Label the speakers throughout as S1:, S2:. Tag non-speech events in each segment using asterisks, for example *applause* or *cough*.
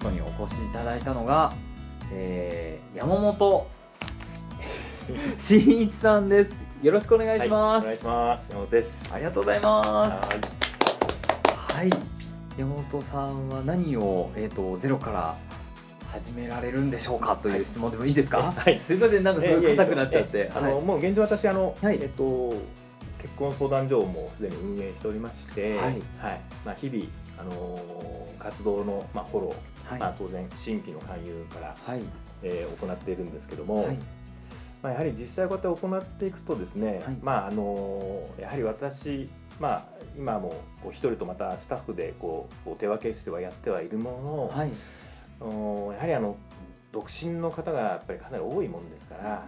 S1: トにお越しいただいたのが、えー山本真一さんですよろしくお願いします、
S2: お願いします。山本です。
S1: ありがとうございます
S2: はい
S1: はい山本さんは何を、えー、とゼロから始められるんでしょうかという質問でもいいですか、
S2: はいはい
S1: すいませんなんかすご
S2: え
S1: い
S2: え
S1: 硬くなっちゃって、
S2: ええあの、
S1: はい
S2: もう現状私あの、
S1: はい
S2: えっと結婚相談所をもうすでに運営しておりまして、
S1: はい
S2: まあ日々あのー活動のまあフォロー、ま
S1: は
S2: あ当然新規の勧誘から、
S1: いはい
S2: えー行っているんですけども、
S1: はい
S2: まあやはり実際こうやって行っていくとですね、
S1: はい
S2: まああのーやはり私まあ今もこう一人とまたスタッフでこうこう手分けしてはやってはいるものの、
S1: はい
S2: あのやはりあの独身の方がやっぱりかなり多いもんですから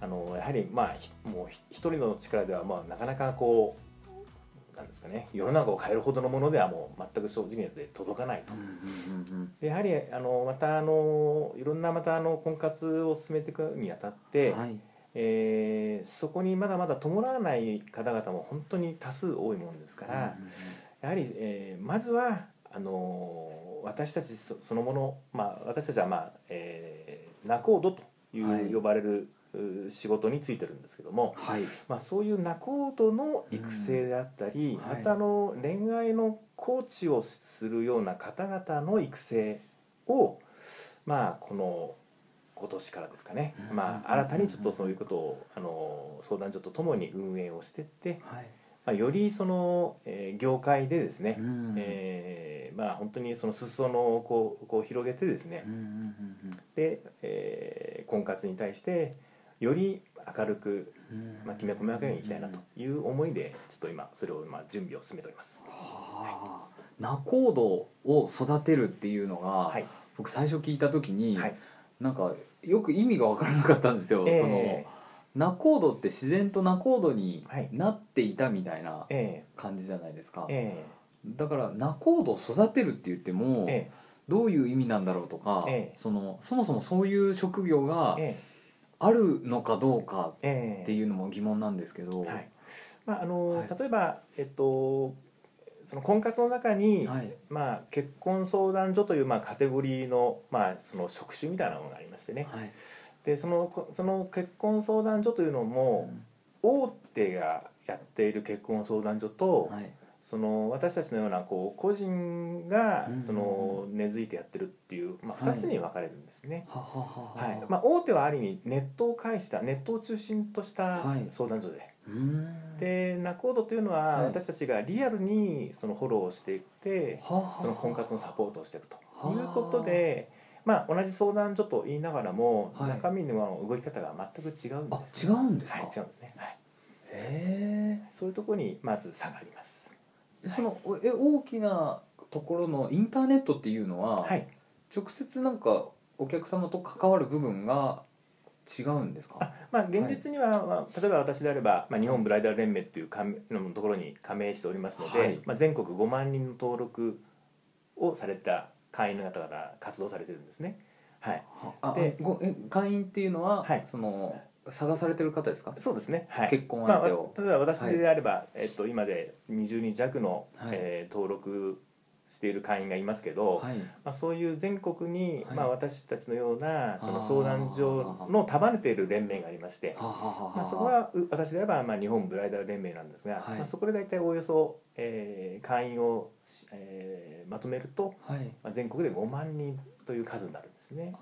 S2: あのやはりまあひもうひ一人の力ではまあなかなかこうなんですかね世の中を変えるほどのものではもう全く正直に言って届かないと
S1: うん。うんうんうん
S2: でやはりあのまたあのいろんなまたあの婚活を進めていくにあたって、
S1: はい
S2: えーそこにまだまだ伴わない方々も本当に多数多いもんですから。
S1: うんうんう
S2: やはり、えーまずはあのー私たちそそのもの、まあ、私たちは、まあえー、仲人という、
S1: はい
S2: 呼ばれるう仕事についてるんですけども、
S1: んはい
S2: まあ、そういう仲人の育成であったり、
S1: うんはい
S2: またあの恋愛のコーチをするような方々の育成を、まあ、この今年からですかね、
S1: うん
S2: まあ、新たにちょっとそういうことを、あのー相談所とともに運営をしてって、
S1: はい
S2: まあ、よりその、えー業界でですね、
S1: うん
S2: えーまあ本当にその裾野をこうこう広げてですね、
S1: うんうんうん
S2: で、えー婚活に対してより明るく、
S1: うん
S2: まあ、きめ細やかにいきたいなという思いでちょっと今それをまあ準備を進めております。
S1: はあ仲人を育てるっていうのが、
S2: はい、
S1: 僕最初聞いた時に、
S2: はい
S1: なんかよく意味が分からなかったんですよ、
S2: えー
S1: その仲人って自然と仲人に
S2: はい
S1: なっていたみたいな
S2: え
S1: 感じじゃないですか、
S2: ーえ
S1: だから仲人を育てるって言っても、
S2: ーえ
S1: どういう意味なんだろうとか、
S2: ええ
S1: そのそもそもそういう職業が
S2: ーえ
S1: あるのかどうか
S2: ーえー
S1: っていうのも疑問なんですけど、
S2: はいまああの
S1: はい
S2: 例えば、えっと、その婚活の中に、
S1: はい
S2: まあ、結婚相談所という、まあ、カテゴリーの,、まあその職種みたいなものがありましてね、
S1: はい
S2: でそのこその結婚相談所というのも、大手がやっている結婚相談所と、
S1: はい
S2: その私たちのようなこう個人が
S1: うんうんうん
S2: その根付いてやってるっていう、まあ、
S1: はい
S2: 2つに分かれるんですね。
S1: ははは
S2: はい
S1: は、
S2: まあ、大手はある意味ネットを介したネットを中心とした
S1: はい
S2: 相談所で、
S1: うーん
S2: でナコードというのは
S1: はい
S2: 私たちがリアルにそのフォローをしていって、
S1: はあはあ
S2: その婚活のサポートをしていくと
S1: はあ
S2: いうことで、まあ、同じ相談所と言いながらも、
S1: はい
S2: 中身の動き方が全く違うん
S1: あ
S2: です
S1: 違
S2: ね、
S1: うんですか、
S2: はい、違うんですね、はい、
S1: へ
S2: そういうところにまず差があります
S1: えそのえ大きなところのインターネットっていうのは、
S2: はい
S1: 直接なんかお客様と関わる部分が違うんです
S2: あ
S1: か
S2: まあ現実には、まあ、例えば私であれば、まあ、日本ブライダル連盟っていう加盟のところに加盟しておりますので、
S1: はい
S2: まあ、全国5万人の登録をされた会員の方々活動されてるんですねはい
S1: あ
S2: で
S1: ごえ会員っていうのは、
S2: はい
S1: その探されてる方ですか、
S2: そうですね、はい、
S1: 結婚
S2: ま
S1: 相
S2: あ、
S1: 手を、
S2: 例えば私であれば、えっと、今で20人弱の、
S1: はい
S2: えー登録している会員がいますけど、
S1: はい
S2: まあ、そういう全国に、
S1: はい
S2: まあ、私たちのようなそ
S1: あ
S2: の
S1: ー
S2: 相談所の束ねている連盟がありまして、
S1: はあはあはあ
S2: まあ、そこはう私であれば、まあ、日本ブライダル連盟なんですが、
S1: はい
S2: まあ、そこで大体おおよそ、えー会員をし、えーまとめると、
S1: はい
S2: まあ、全国で5万人という数になるんですね。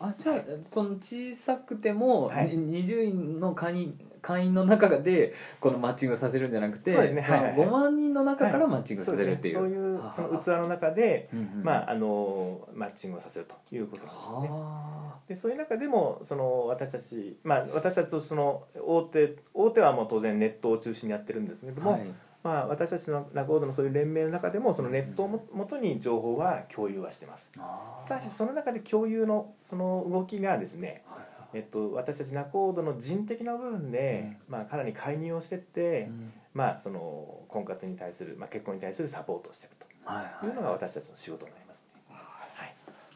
S1: あじゃあその小さくても、
S2: はい
S1: に20人の会員会員の中でこのマッチングさせるんじゃなくて
S2: そうですねはいはいはい
S1: まあ5万人の中からマッチングさ
S2: そう
S1: せる
S2: で
S1: っ
S2: す
S1: て
S2: ね
S1: い
S2: そう
S1: う。
S2: いう
S1: はあ
S2: その器の中で、ま
S1: あ
S2: あ、あのマッチングをさせるということなんですね。
S1: は
S2: でそういう中でもその私たち、まあ、私たちとその大手大手はもう当然ネットを中心にやってるんですけ
S1: あ
S2: ども、
S1: はい
S2: まあ、私たちの仲人のそういう連盟の中でもそのネットをももとに情報は共有はしてます。
S1: あー
S2: ただしその中で共有のその動きがですね、
S1: はいはい
S2: えっと、私たち仲人の人的な部分で、まあ、かなり介入をしてって、
S1: うん
S2: まあ、その婚活に対する、まあ、結婚に対するサポートをしていくと
S1: はい
S2: い
S1: は
S2: うの
S1: い
S2: が私たちの仕事になりますね。はい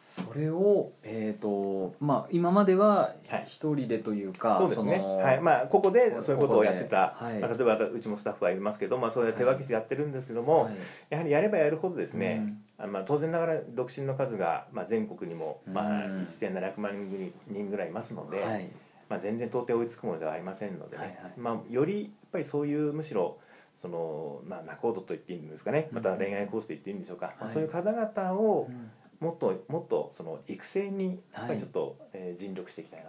S1: それをえっ、とまあ今までは
S2: はい
S1: 一人でというか、
S2: そうですね、
S1: の
S2: はいまあ、ここでそういうことをやってた、
S1: ここではい
S2: まあ、例えばうちもスタッフがいますけど、まあ、それは手分けしてやってるんですけども、
S1: はい
S2: やはりやればやるほどですね、
S1: うん
S2: あまあ、当然ながら独身の数が、まあ、全国にも、まあ、
S1: うん
S2: 1700万人人ぐらいいますので、
S1: はい
S2: まあ、全然到底追いつくものではありませんので、ね
S1: はいはい
S2: まあ、よりやっぱりそういうむしろその、まあ、仲人と言っていいんですかねまた恋愛コースと言っていいんでしょうか、
S1: は
S2: まあ、
S1: い
S2: そういう方々を
S1: うん
S2: もっともっとその育成にやっぱ
S1: はい
S2: りちょっと、えー尽力していきたいな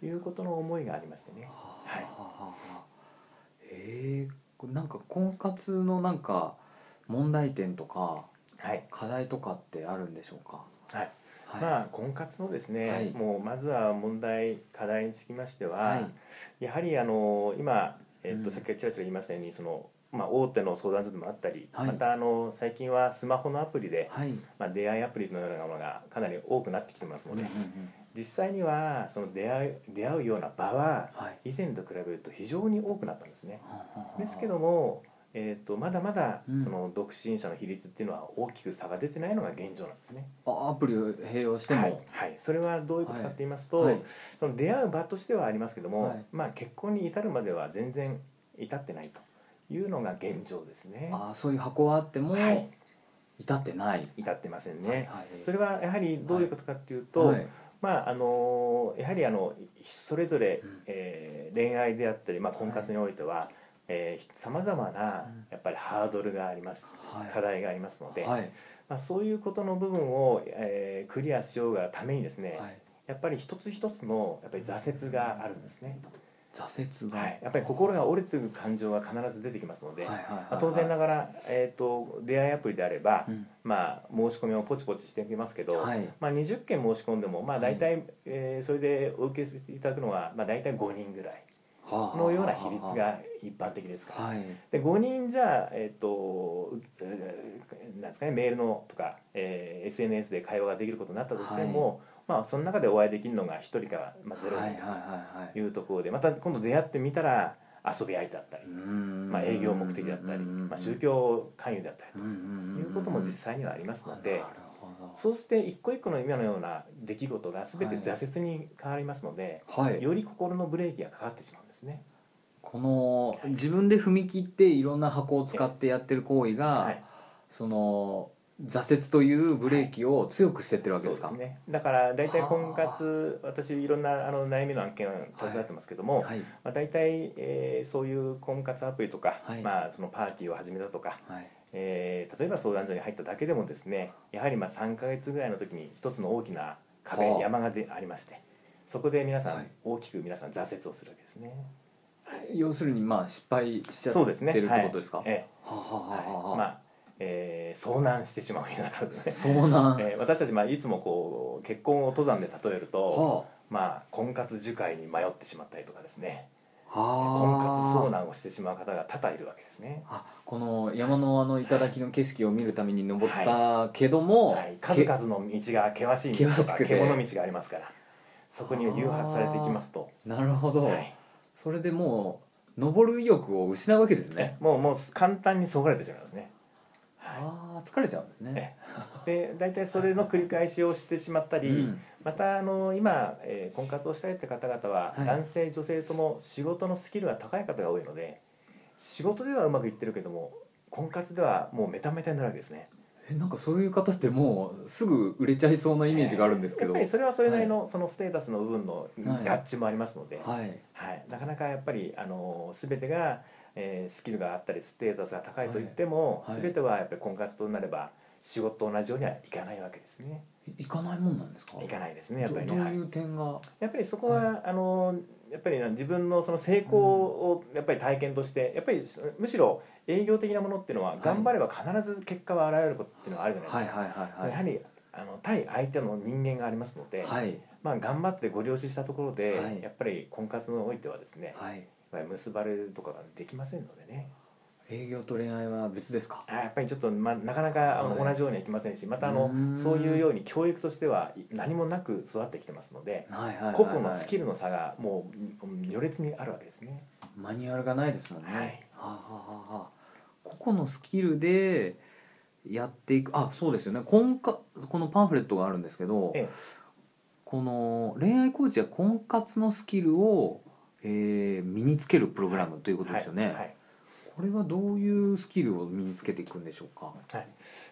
S2: ということの思いがありましてね。はい
S1: い、えーこれなんか婚活のなんか問題点とか
S2: はい
S1: 課題とかってあるんでしょうか。
S2: はい
S1: はい
S2: まあ、婚活のですね、
S1: はい
S2: もうまずは問題課題につきましては、
S1: はい
S2: やはりあの今、えっ
S1: うん
S2: と、さっきちらちら言いましたように、そのまあ、大手の相談所でもあったり、
S1: はい
S2: またあの最近はスマホのアプリで、
S1: はい、
S2: まあ、出会いアプリのようなものがかなり多くなってきてますの
S1: うんうん
S2: で、
S1: うん
S2: 実際にはその出会う出会うような場は
S1: はい
S2: 以前と比べると非常に多くなったんですね。
S1: はあはあはあ
S2: ですけども、えっとまだまだ
S1: うん
S2: その独身者の比率っていうのは大きく差が出てないのが現状なんですね。
S1: あアプリを併用しても、
S2: はいはい、それはどういうことかって言いますと、
S1: はい
S2: その出会う場としてはありますけども、
S1: はい
S2: まあ、結婚に至るまでは全然至ってないというのが現状ですね。
S1: あそういう箱はあっても、
S2: はい、
S1: 至ってない。
S2: 至ってませんね。
S1: はい
S2: それはやはりどういうことかっていうと、
S1: はい
S2: まああのやはりあのそれぞれ、
S1: うん
S2: えー恋愛であったり、まあ、婚活においてはさまざまな
S1: うん
S2: やっぱりハードルがあります、
S1: はい
S2: 課題がありますので、
S1: はい
S2: まあ、そういうことの部分を、えークリアしようがためにですね、
S1: はい、
S2: やっぱり一つ一つのやっぱり挫折があるんですね、
S1: 挫折が、
S2: はい、やっぱり心が折れてる感情が必ず出てきますので、
S1: はいはいはいはい
S2: まあ、当然ながら、えー、と出会いアプリであれば、
S1: うん
S2: まあ、申し込みをポチポチしていきますけど、
S1: はい
S2: まあ、20件申し込んでも、まあ、大体、えーそれでお受けしていただくのは、まあ、大体5人ぐらいのような比率が一般的ですから。
S1: はい
S2: で5人じゃあ、えっとうえーなんですかね、メールのとか、えー SNS で会話ができることになったとしても、まあ、その中でお会いできるのが1人から、まあ、0人と
S1: はいはいはいはい
S2: いうところでまた今度出会ってみたら遊び相手だったり、ま
S1: ま
S2: あ、営業目的だったり、まあ、宗教勧誘だったりということも実際にはありますので
S1: なるほど
S2: そうして一個一個の今のような出来事が全て挫折に変わりますので、
S1: はい、
S2: より心のブレーキがかかってしまうんですね。
S1: この自分で踏み切っていろんな箱を使ってやってる行為が、
S2: はい
S1: その挫折というブレーキを強くしてってるわけ
S2: そう
S1: で
S2: です
S1: か。
S2: すね、だから大体婚活私いろんなあの悩みの案件を携わってますけども、
S1: はい
S2: まあ、大体、えーそういう婚活アプリとか、
S1: はい
S2: まあ、そのパーティーを始めたとか、
S1: はい
S2: えー例えば相談所に入っただけでもですねやはりまあ3ヶ月ぐらいの時に一つの大きな壁、
S1: はあ
S2: 山がでありましてそこで皆さん、
S1: はい
S2: 大きく皆さん挫折をするわけですね。
S1: 要するにまあ失敗しちゃって
S2: そうですね
S1: るってことですか。
S2: はいえ
S1: はあ
S2: え
S1: はあはあは
S2: はい
S1: あ
S2: まあえー遭難してしまうような感じですね。
S1: そうなん。
S2: *laughs* えー私たち、まあ、いつもこう結婚を登山で例えると、
S1: は
S2: まあ、婚活樹海に迷ってしまったりとかですね
S1: あ。は
S2: 婚
S1: あ
S2: 活相談をしてしまう方が多々いるわけですね。
S1: あこの山のあの頂の景色を見るために登ったけども、
S2: はい、数々の道が険しい道と
S1: 険し
S2: か
S1: くて
S2: 獣道がありますからそこに誘発されていきますと、
S1: けなるほど、
S2: はい、
S1: それでもう登る意欲を失うわけですね
S2: えもうもう簡単にそがれてしまいますね。は
S1: あー疲れちゃうんです
S2: い、
S1: ね
S2: えで大体それの繰り返しをしてしまったり、
S1: うん
S2: またあの今、えー婚活をしたいって方々は、
S1: はい
S2: 男性女性とも仕事のスキルが高い方が多いので仕事ではうまくいってるけども婚活ではもうメタメタになるわけですね。
S1: えなんかそういう方ってもうすぐ売れちゃいそうなイメージがあるんですけど、
S2: やっぱりそれはそれなりの、そのステータスの部分の
S1: はい
S2: 合致もありますので、はい
S1: はい
S2: なかなかやっぱり、あの全てが、えースキルがあったりステータスが高いと言っても、
S1: はいはい
S2: 全てはやっぱり婚活となれば仕事と同じようにはいかないわけですね。
S1: い行かないもんなんですか
S2: いか
S1: い
S2: ないですねやっぱり
S1: ど
S2: ね。
S1: ど
S2: は
S1: う
S2: い
S1: いう点が、
S2: やっぱりそこは、
S1: は
S2: あのやっぱりな自分のその成功をやっぱり体験として、やっぱりむしろ営業的なものっていうのは
S1: はい
S2: 頑張れば必ず結果は現れることっていうのはあるじゃないです
S1: は
S2: か。
S1: い、はいはい
S2: や
S1: は
S2: はいりあの対相手の人間がありますので、
S1: はい
S2: まあ、頑張ってご了承したところで、
S1: はい
S2: やっぱり婚活においてはですね、
S1: はい
S2: やっぱり結ばれるとかができませんのでね
S1: 営業と恋愛は別ですか
S2: あやっぱりちょっと、まあ、なかなかあの
S1: はい
S2: 同じようにはいきませんしまたあ
S1: う
S2: の
S1: ーん
S2: そういうように教育としてはい何もなく育ってきてますので
S1: はいはいはい、はい、
S2: 個々のスキルの差がもううん如烈にあるわけですね。
S1: マニュアルがないですもんね。
S2: はい
S1: はあはあはあはあ個々のスキルでやっていくあそうですよね婚活このパンフレットがあるんですけど、
S2: ええ
S1: この恋愛コーチや婚活のスキルを、えー身につけるプログラムということですよね、
S2: はいはい
S1: これはどういうスキルを身につけていくんでしょうか
S2: はい、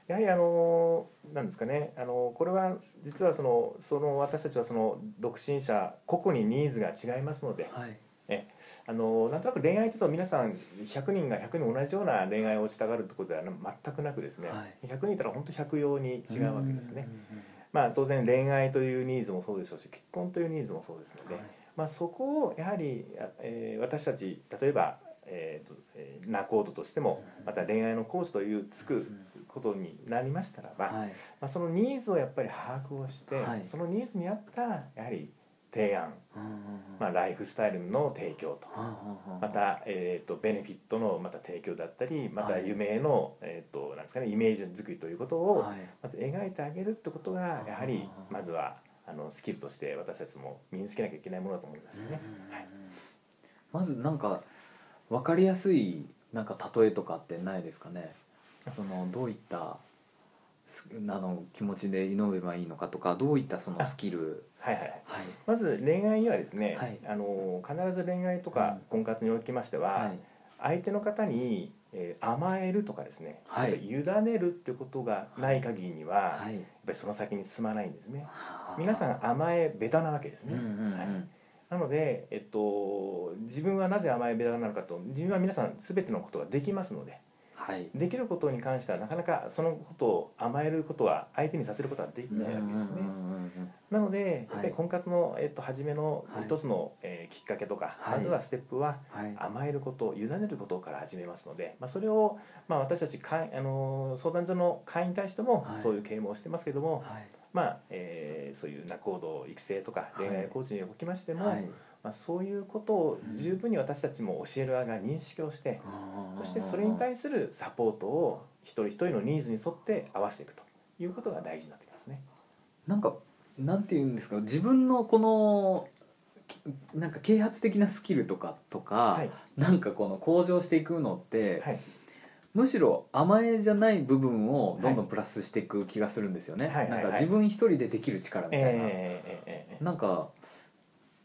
S2: やはりあのなんですかねあのこれは実はそのその私たちはその独身者個々にニーズが違いますので
S1: はい
S2: あのなんとなく恋愛というと皆さん100人が100人同じような恋愛をしたがるってことでは全くなくですね、
S1: は
S2: 100人いたら本当100用に違うわけですね。
S1: うんうん
S2: まあ、当然恋愛というニーズもそうでしょうし結婚というニーズもそうですの
S1: うん
S2: で、
S1: はい
S2: まあ、そこをやはり、あえー私たち例えば、えーとえーナコードとしてもまた恋愛のコーチというつくことになりましたらば、
S1: はい
S2: まあ、そのニーズをやっぱり把握をして、
S1: はい
S2: そのニーズに合ったやはり提案、
S1: うんうんうん
S2: まあ、ライフスタイルの提供と。
S1: はあはあはあ
S2: また、えー、とベネフィットのまた提供だったりまた
S1: はい
S2: 夢への、えー、となんですかね、イメージ作りということを、
S1: はい
S2: まず描いてあげるってことがやはり
S1: あー
S2: まずはあのスキルとして私たちも身につけなきゃいけないものだと思いますよね。はい
S1: まずなんか分かりやすいなんか例えとかってないですかねそのどういったすあの気持ちで挑めばいいのかとかどういったそのスキル
S2: はいはいはい、
S1: はい
S2: まず恋愛にはですね、
S1: はい
S2: あの必ず恋愛とか婚活におきましては、
S1: はい
S2: 相手の方に、えー甘えるとかですね、
S1: はい
S2: 委ねるってことがない限りには、やっ
S1: はい
S2: ぱりその先に進まないんですね。皆さん甘えベタなわけです
S1: うん
S2: ね。
S1: うんうん
S2: はいなので、えっと、自分はなぜ甘えベタなのかと自分は皆さん全てのことができますので
S1: はい
S2: できることに関してはなかなかそのことを甘えることは相手にさせることはでき
S1: うんう
S2: なんいわけです
S1: う
S2: ね。
S1: んうん
S2: なので
S1: はい
S2: やっぱり婚活の、えっと、初めの
S1: はい
S2: 一つの、えーきっかけとか、
S1: はい
S2: まずはステップは
S1: はい
S2: 甘えること委ねることから始めますので、まあ、それを、まあ、私たち会あのー相談所の会員に対しても
S1: はい
S2: そういう啓蒙をしてますけども、
S1: はい
S2: まあえーそういう仲人育成とか
S1: はい
S2: 恋愛コーチにおきましても、
S1: はい
S2: まあ、そういうことを十分に私たちも教える側が認識をして、そしてそれに対するサポートを一人一人のニーズに沿って合わせていくということが大事になってきますね。
S1: なんかなんて言うんですか自分のこのきなんか啓発的なスキルとかとか、
S2: はい、
S1: なんかこの向上していくのって、
S2: はい、
S1: むしろ甘えじゃない部分をどんど
S2: は
S1: んプラスしていく気がするんですよね、
S2: はいはいはい
S1: なんか自分一人でできる力みたいな、
S2: えーえーえーえー
S1: なんか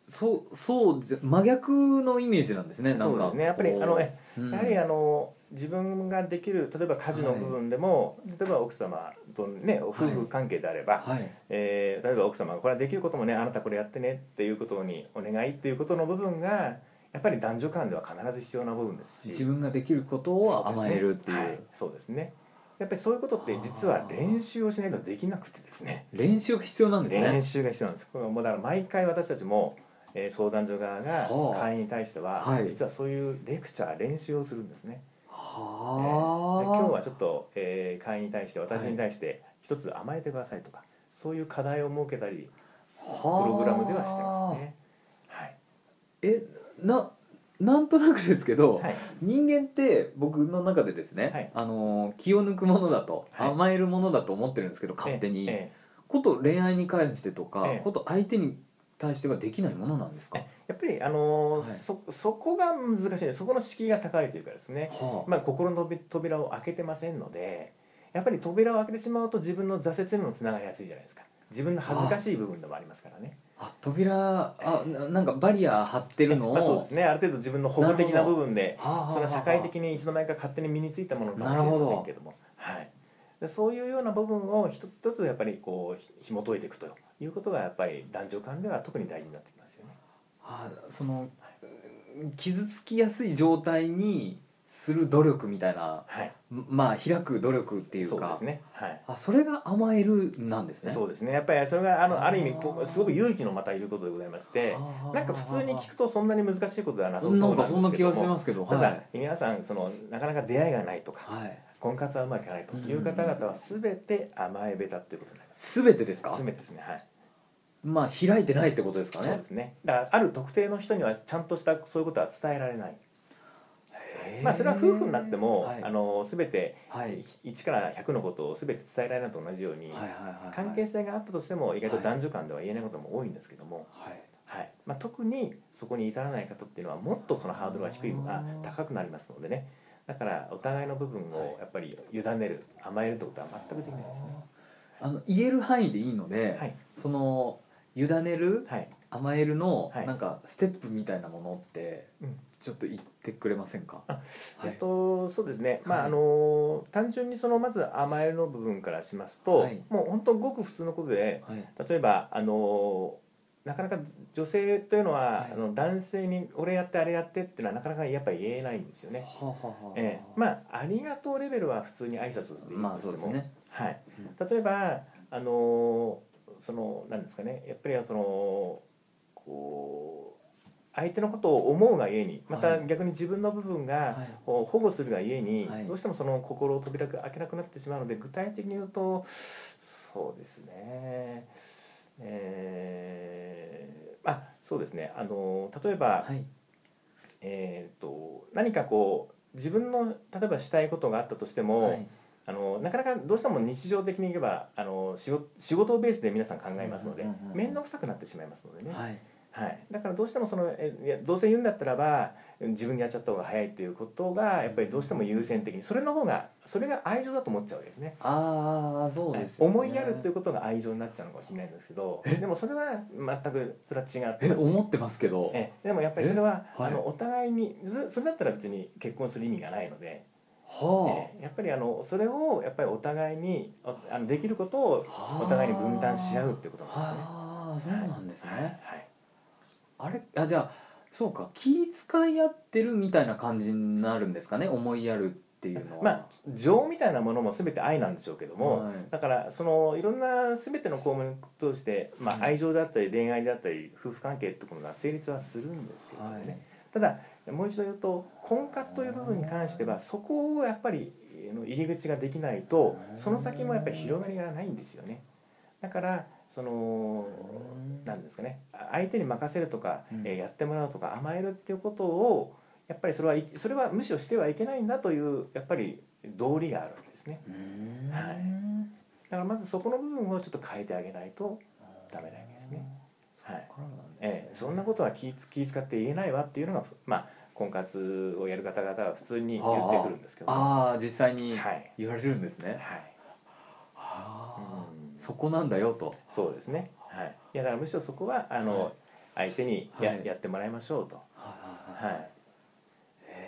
S1: そうそうじゃ真逆のイメージなんですねなんか
S2: そうですね。やっぱりあ
S1: こう
S2: のえ
S1: うん
S2: やはりあの自分ができる例えば家事の部分でも、例えば奥様とね夫婦関係であれば、
S1: はい
S2: えー例えば奥様がこれはできることもねあなたこれやってねっていうことにお願いっていうことの部分がやっぱり男女間では必ず必要な部分ですし。
S1: 自分ができることを甘えるっていう
S2: そうですねはいそうですねやっぱりそういうことって実は練習をしないとできなくてですね
S1: 練習が必要なんです
S2: 練
S1: ね
S2: 習が必要なんですこれはもうだから毎回私たちも、えー相談所側が
S1: はあ
S2: 会員に対しては、
S1: はい
S2: 実はそういうレクチャー練習をするんですね、えー
S1: はあ、
S2: で今日はちょっと、えー会員に対して私に対して一つ甘えてくださいとか、そういう課題を設けたりプ
S1: はあ
S2: ログラムではしてますねはい、
S1: えななんとなくですけど、
S2: はい、
S1: 人間って僕の中でですね、
S2: はい
S1: あの気を抜くものだと、
S2: はい
S1: 甘えるものだと思ってるんですけど勝手に、
S2: えーえ
S1: こと恋愛に関してとか、
S2: ええ
S1: こと相手に対してはできないものなんですか、
S2: ーやっぱりあの
S1: はい
S2: ーそそこが難しいですそこの敷居が高いというかですね
S1: はあ
S2: まあ、心の扉扉を開けてませんのでやっぱり扉を開けてしまうと自分の挫折にもつながりやすいじゃないですか自分の恥ずかしい部分でもありますからね
S1: あ扉あななんかバリア張ってるのを、
S2: まあ、そうですねある程度自分の保護的
S1: な
S2: な
S1: るほ
S2: 部
S1: ど
S2: 分で
S1: はあはあはあ
S2: それは社会的に一度前から勝手に身についたものかもしれませんけどもはい、でそういうような部分を一つ一つやっぱりこうひ紐解いていくということがやっぱり男女間では特に大事になってきますよね。
S1: あそのうん傷つきやすい状態にする努力みたいな
S2: はい、
S1: まあ開く努力っていうか
S2: そうですね、はい
S1: あそれが甘えるなんですね
S2: そうですねやっぱりそれがあ
S1: あ
S2: の
S1: ー
S2: ある意味こうすごく勇気のまたいることでございまして
S1: あー
S2: なんか普通に聞くとそんなに難しいことではなさそう
S1: なんかそんな気がしますすけど
S2: けども
S1: は
S2: た
S1: い
S2: だ、皆さんそのなかなか出会いがないとか
S1: はい、
S2: 婚活はうまくいかないという方々は全て甘えべたということになります
S1: 全てですか
S2: 全てですねはい
S1: まあ開いてないってことですか
S2: そう
S1: ね
S2: ですねだからある特定の人にはちゃんとしたそういうことは伝えられない
S1: へー
S2: まあそれは夫婦になっても、
S1: はい、
S2: あの全て
S1: はい、はい
S2: 1から100のことを全て伝えられないのと同じように、
S1: はいはい
S2: 関係
S1: はい
S2: 性があったとしても意外と男女間では言えないことも多いんですけども、はいまあ、特にそこに至らない方っていうのはもっとそのハードルが低い
S1: あー
S2: あ高くなりますのでねだからお互いの部分
S1: はい
S2: をやっぱり委ねる甘えるってことは全くできないですね
S1: あの言える範囲でいいので、
S2: はい
S1: その委ねる
S2: はい
S1: 甘えるの、
S2: はい
S1: なんかステップみたいなものって
S2: うん
S1: ちょっと言ってくれませんか、
S2: あ
S1: は
S2: え
S1: い
S2: っと、そうですね、ま
S1: は
S2: あ
S1: い
S2: あの単純にそのまず甘えるの部分からしますと、
S1: はい
S2: もう本当ごく普通のことで
S1: はい
S2: 例えばあのなかなか女性というのは、
S1: はい
S2: あの男性に「俺やってあれやって」っていうのはなかなかやっぱり言えないんですよね。
S1: はあはあはあ
S2: ええ、まあありがとうレベルは普通に挨拶でいい
S1: まあ
S2: として
S1: そう
S2: も、
S1: ですね
S2: はい
S1: うん、
S2: 例えばあのそのなんですかねやっぱりそのこう相手のことを思うがゆえにま
S1: は
S2: た
S1: い
S2: 逆に自分の部分が、
S1: はい
S2: を保護するがゆえに、
S1: はい
S2: どうしてもその心を扉が開けなくなってしまうので具体的に言うとそうですねえー、あそうですねあの例えば、
S1: はい
S2: えー、と何かこう自分の例えばしたいことがあったとしても、
S1: はい
S2: あのなかなかどうしても日常的にいけばあの仕事仕事をベースで皆さん考えますので
S1: うんうんうんうん
S2: 面倒くさくなってしまいますのでね。
S1: はい
S2: はい、だからどうしてもそのえいやどうせ言うんだったらば自分にやっちゃった方が早いということがやっぱりどうしても優先的にそれの方がそれが愛情だと思っちゃうわけですね。
S1: ああそう
S2: はい
S1: ですよね
S2: 思いやるということが愛情になっちゃうのかもしれないんですけどでもそれは全くそれは違って
S1: え
S2: ます
S1: 思ってますけど
S2: えでもやっぱりそれは、
S1: えはい
S2: あのお互いにずそれだったら別に結婚する意味がないので、
S1: は
S2: えやっぱりあのそれをやっぱりお互いにおあのできることを
S1: あはあ
S2: お互いに分担し合うってことなんですね。
S1: はあそうなんです
S2: はい
S1: ねあれあじゃあそうか気遣い合ってるみたいな感じになるんですかね思いやるっていうのは
S2: まあ情みたいなものも全て愛なんでしょうけども、
S1: はい
S2: だからそのいろんな全ての項目として、ま
S1: う
S2: あ、
S1: ん
S2: 愛情だったり恋愛だったり夫婦関係ってことが成立はするんですけれども
S1: は
S2: ね、
S1: い
S2: ただもう一度言うと婚活という部分に関してはそこをやっぱりあの入り口ができないと
S1: うん
S2: その先もやっぱり広がりがないんですよね。だからその
S1: うん
S2: なんですかね相手に任せるとか、
S1: うん
S2: えーやってもらうとか甘えるっていうことをやっぱりそれはいそれは無視をしてはいけないんだというやっぱり道理があるわけですね。
S1: うーん
S2: はいだからまずそこの部分をちょっと変えてあげないと、ダメなわけですね
S1: そっからなんですね
S2: えーそんなことは気気遣って言えないわっていうのがまあ婚活をやる方々は普通に言ってくるんですけど、は
S1: ああ実際
S2: い
S1: に
S2: はい、
S1: 言われるんですね、はあ、
S2: うん
S1: そこなんだよと
S2: そうですね。はい、いやだからむしろそこはあの、
S1: はい
S2: 相手にや,、
S1: はい
S2: やってもらいましょうと。
S1: は
S2: はい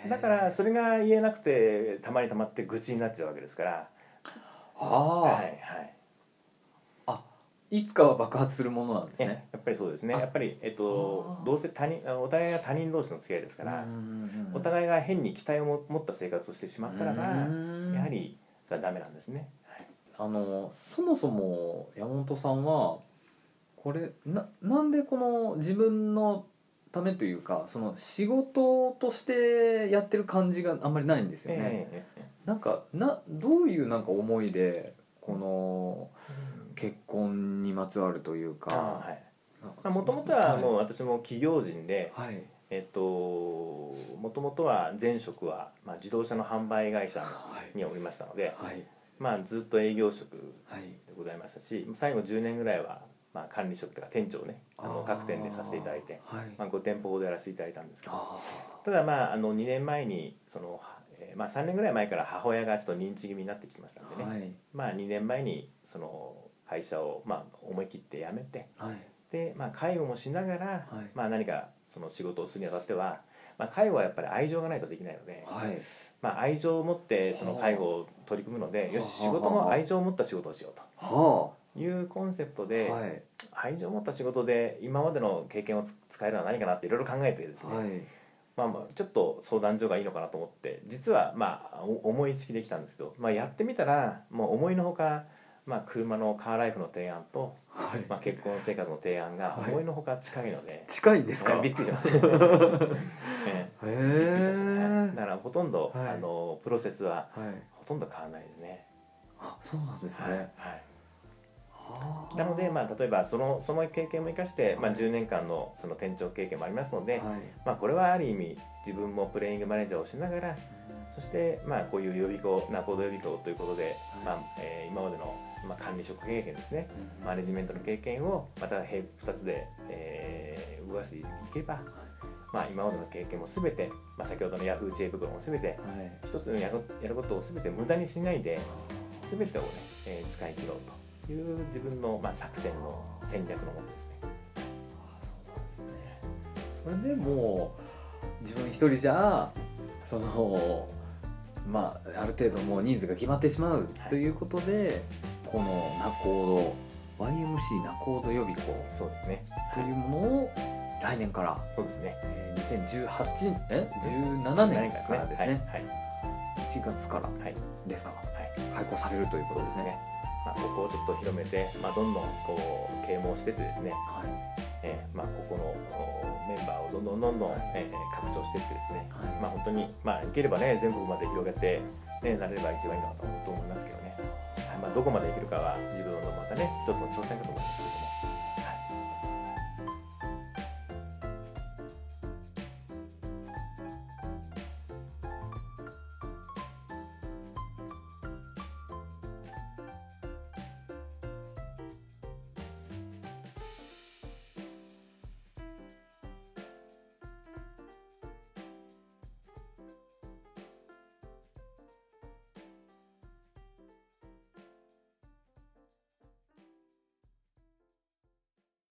S1: い
S2: だからそれが言えなくてたまにたまって愚痴になっちゃうわけですから、
S1: ああ、
S2: はいはい
S1: あいつかは爆発するものなんです
S2: え
S1: ね
S2: やっぱりそうですね
S1: あ
S2: やっぱり、えっと
S1: あ、ー
S2: どうせ他人あお互いが他人同士の付き合いですから、
S1: うんうんうん
S2: お互いが変に期待をも持った生活をしてしまったらば、
S1: うん
S2: やはりそれはダメなんですね。はい
S1: あのそもそも山本さんはこれななんでこの自分のためというかその仕事としてやってる感じがあんまりないんですよね、
S2: えええ
S1: なんかなどういうなんか思いでこの
S2: え
S1: 結婚にまつわるという
S2: ああ
S1: か
S2: はいもともとはもう
S1: う
S2: 私も起業人で、
S1: はい
S2: えっともともとは前職は、まあ、自動車の販売会社
S1: はい
S2: におりましたので、
S1: はい
S2: まあ、ずっと営業職
S1: はい
S2: でございましたし最後10年ぐらいは、まあ、管理職とか店長をねあの各店でさせていただいて、
S1: はい
S2: まあ、5店舗ほどやらせていただいたんですけど
S1: あ
S2: ただまああの2年前にその、はえーまあ、3年ぐらい前から母親がちょっと認知気味になってきましたんで
S1: ーは
S2: ね、
S1: い
S2: まあ、2年前にその会社を、まあ、思い切って辞めて
S1: はい
S2: で、まあ、介護もしながら、
S1: はい
S2: まあ、何かその仕事をするにあたっては、まあ、介護はやっぱり愛情がないとできないので、
S1: はい
S2: まあ、愛情を持ってその介護を取り組むのでよし仕事も愛情を持った仕事をしようと。
S1: は
S2: いうコンセプト
S1: あ
S2: で、
S1: はい
S2: 愛情を持った仕事で今までの経験をつ使えるのは何かなっていろいろ考えてですね、
S1: はい
S2: まあ、まあちょっと相談所がいいのかなと思って実はまあお思いつきできたんですけど、まあ、やってみたらもう思いのほか、まあ、車のカーライフの提案と、
S1: はい
S2: まあ、結婚生活の提案が
S1: はい
S2: 思いのほか近いので、
S1: 近いんですか
S2: はいびっくりしま
S1: *laughs*
S2: した、
S1: へ
S2: ええびっくりしましたね
S1: え
S2: だからほとんど、
S1: はい
S2: あのプロセスは
S1: はい
S2: ほとんど変わらないですね。
S1: あそうなんです
S2: はい
S1: ね
S2: はい
S1: はあ
S2: なので、まあ、例えばそのその経験も生かして、まあ、10年間のその店長経験もありますので、
S1: はい
S2: まあ、これはある意味自分もプレイングマネージャーをしながらそして、まあ、こういう予備校仲人予備校ということで、
S1: はい
S2: まあえー今までの、まあ、管理職経験ですねマネジメントの経験をまた2つで、えー動かしていけば、まあ、今までの経験も全て、まあ、先ほどの Yahoo! 知恵袋も全て
S1: はい
S2: 一つのやるやることを全て無駄にしないで全てをね、えー使い切ろうという自分の、まあ、作戦の戦略のもとですね。
S1: あそうなんですねそれでもう自分一人じゃそのまあある程度もう人数が決まってしまう
S2: はい
S1: ということで、このナコード YMC ナコード予備校
S2: そうですね。
S1: というものを来年から、
S2: そうですね。
S1: えー2018え17年
S2: です
S1: か
S2: ね。
S1: ら
S2: は
S1: で
S2: い
S1: す
S2: はい
S1: ね1月から
S2: はい
S1: ですか
S2: はい。
S1: 開校されるというこ
S2: そ
S1: とでね
S2: うですすね。まあ、ここをちょっと広めて、まあ、どんどんこう啓蒙してってですね、
S1: はい
S2: えーまあ、ここのおメンバーをどんどんどんどん、
S1: はい
S2: えー拡張してってですね、
S1: はい
S2: まあ、本当に、まあ、いければね全国まで広げて、ね、なれれば一番いいのかと思いますけどね、はいまあ、どこまでいけるかは自分のまたね一つの挑戦かと思いますけども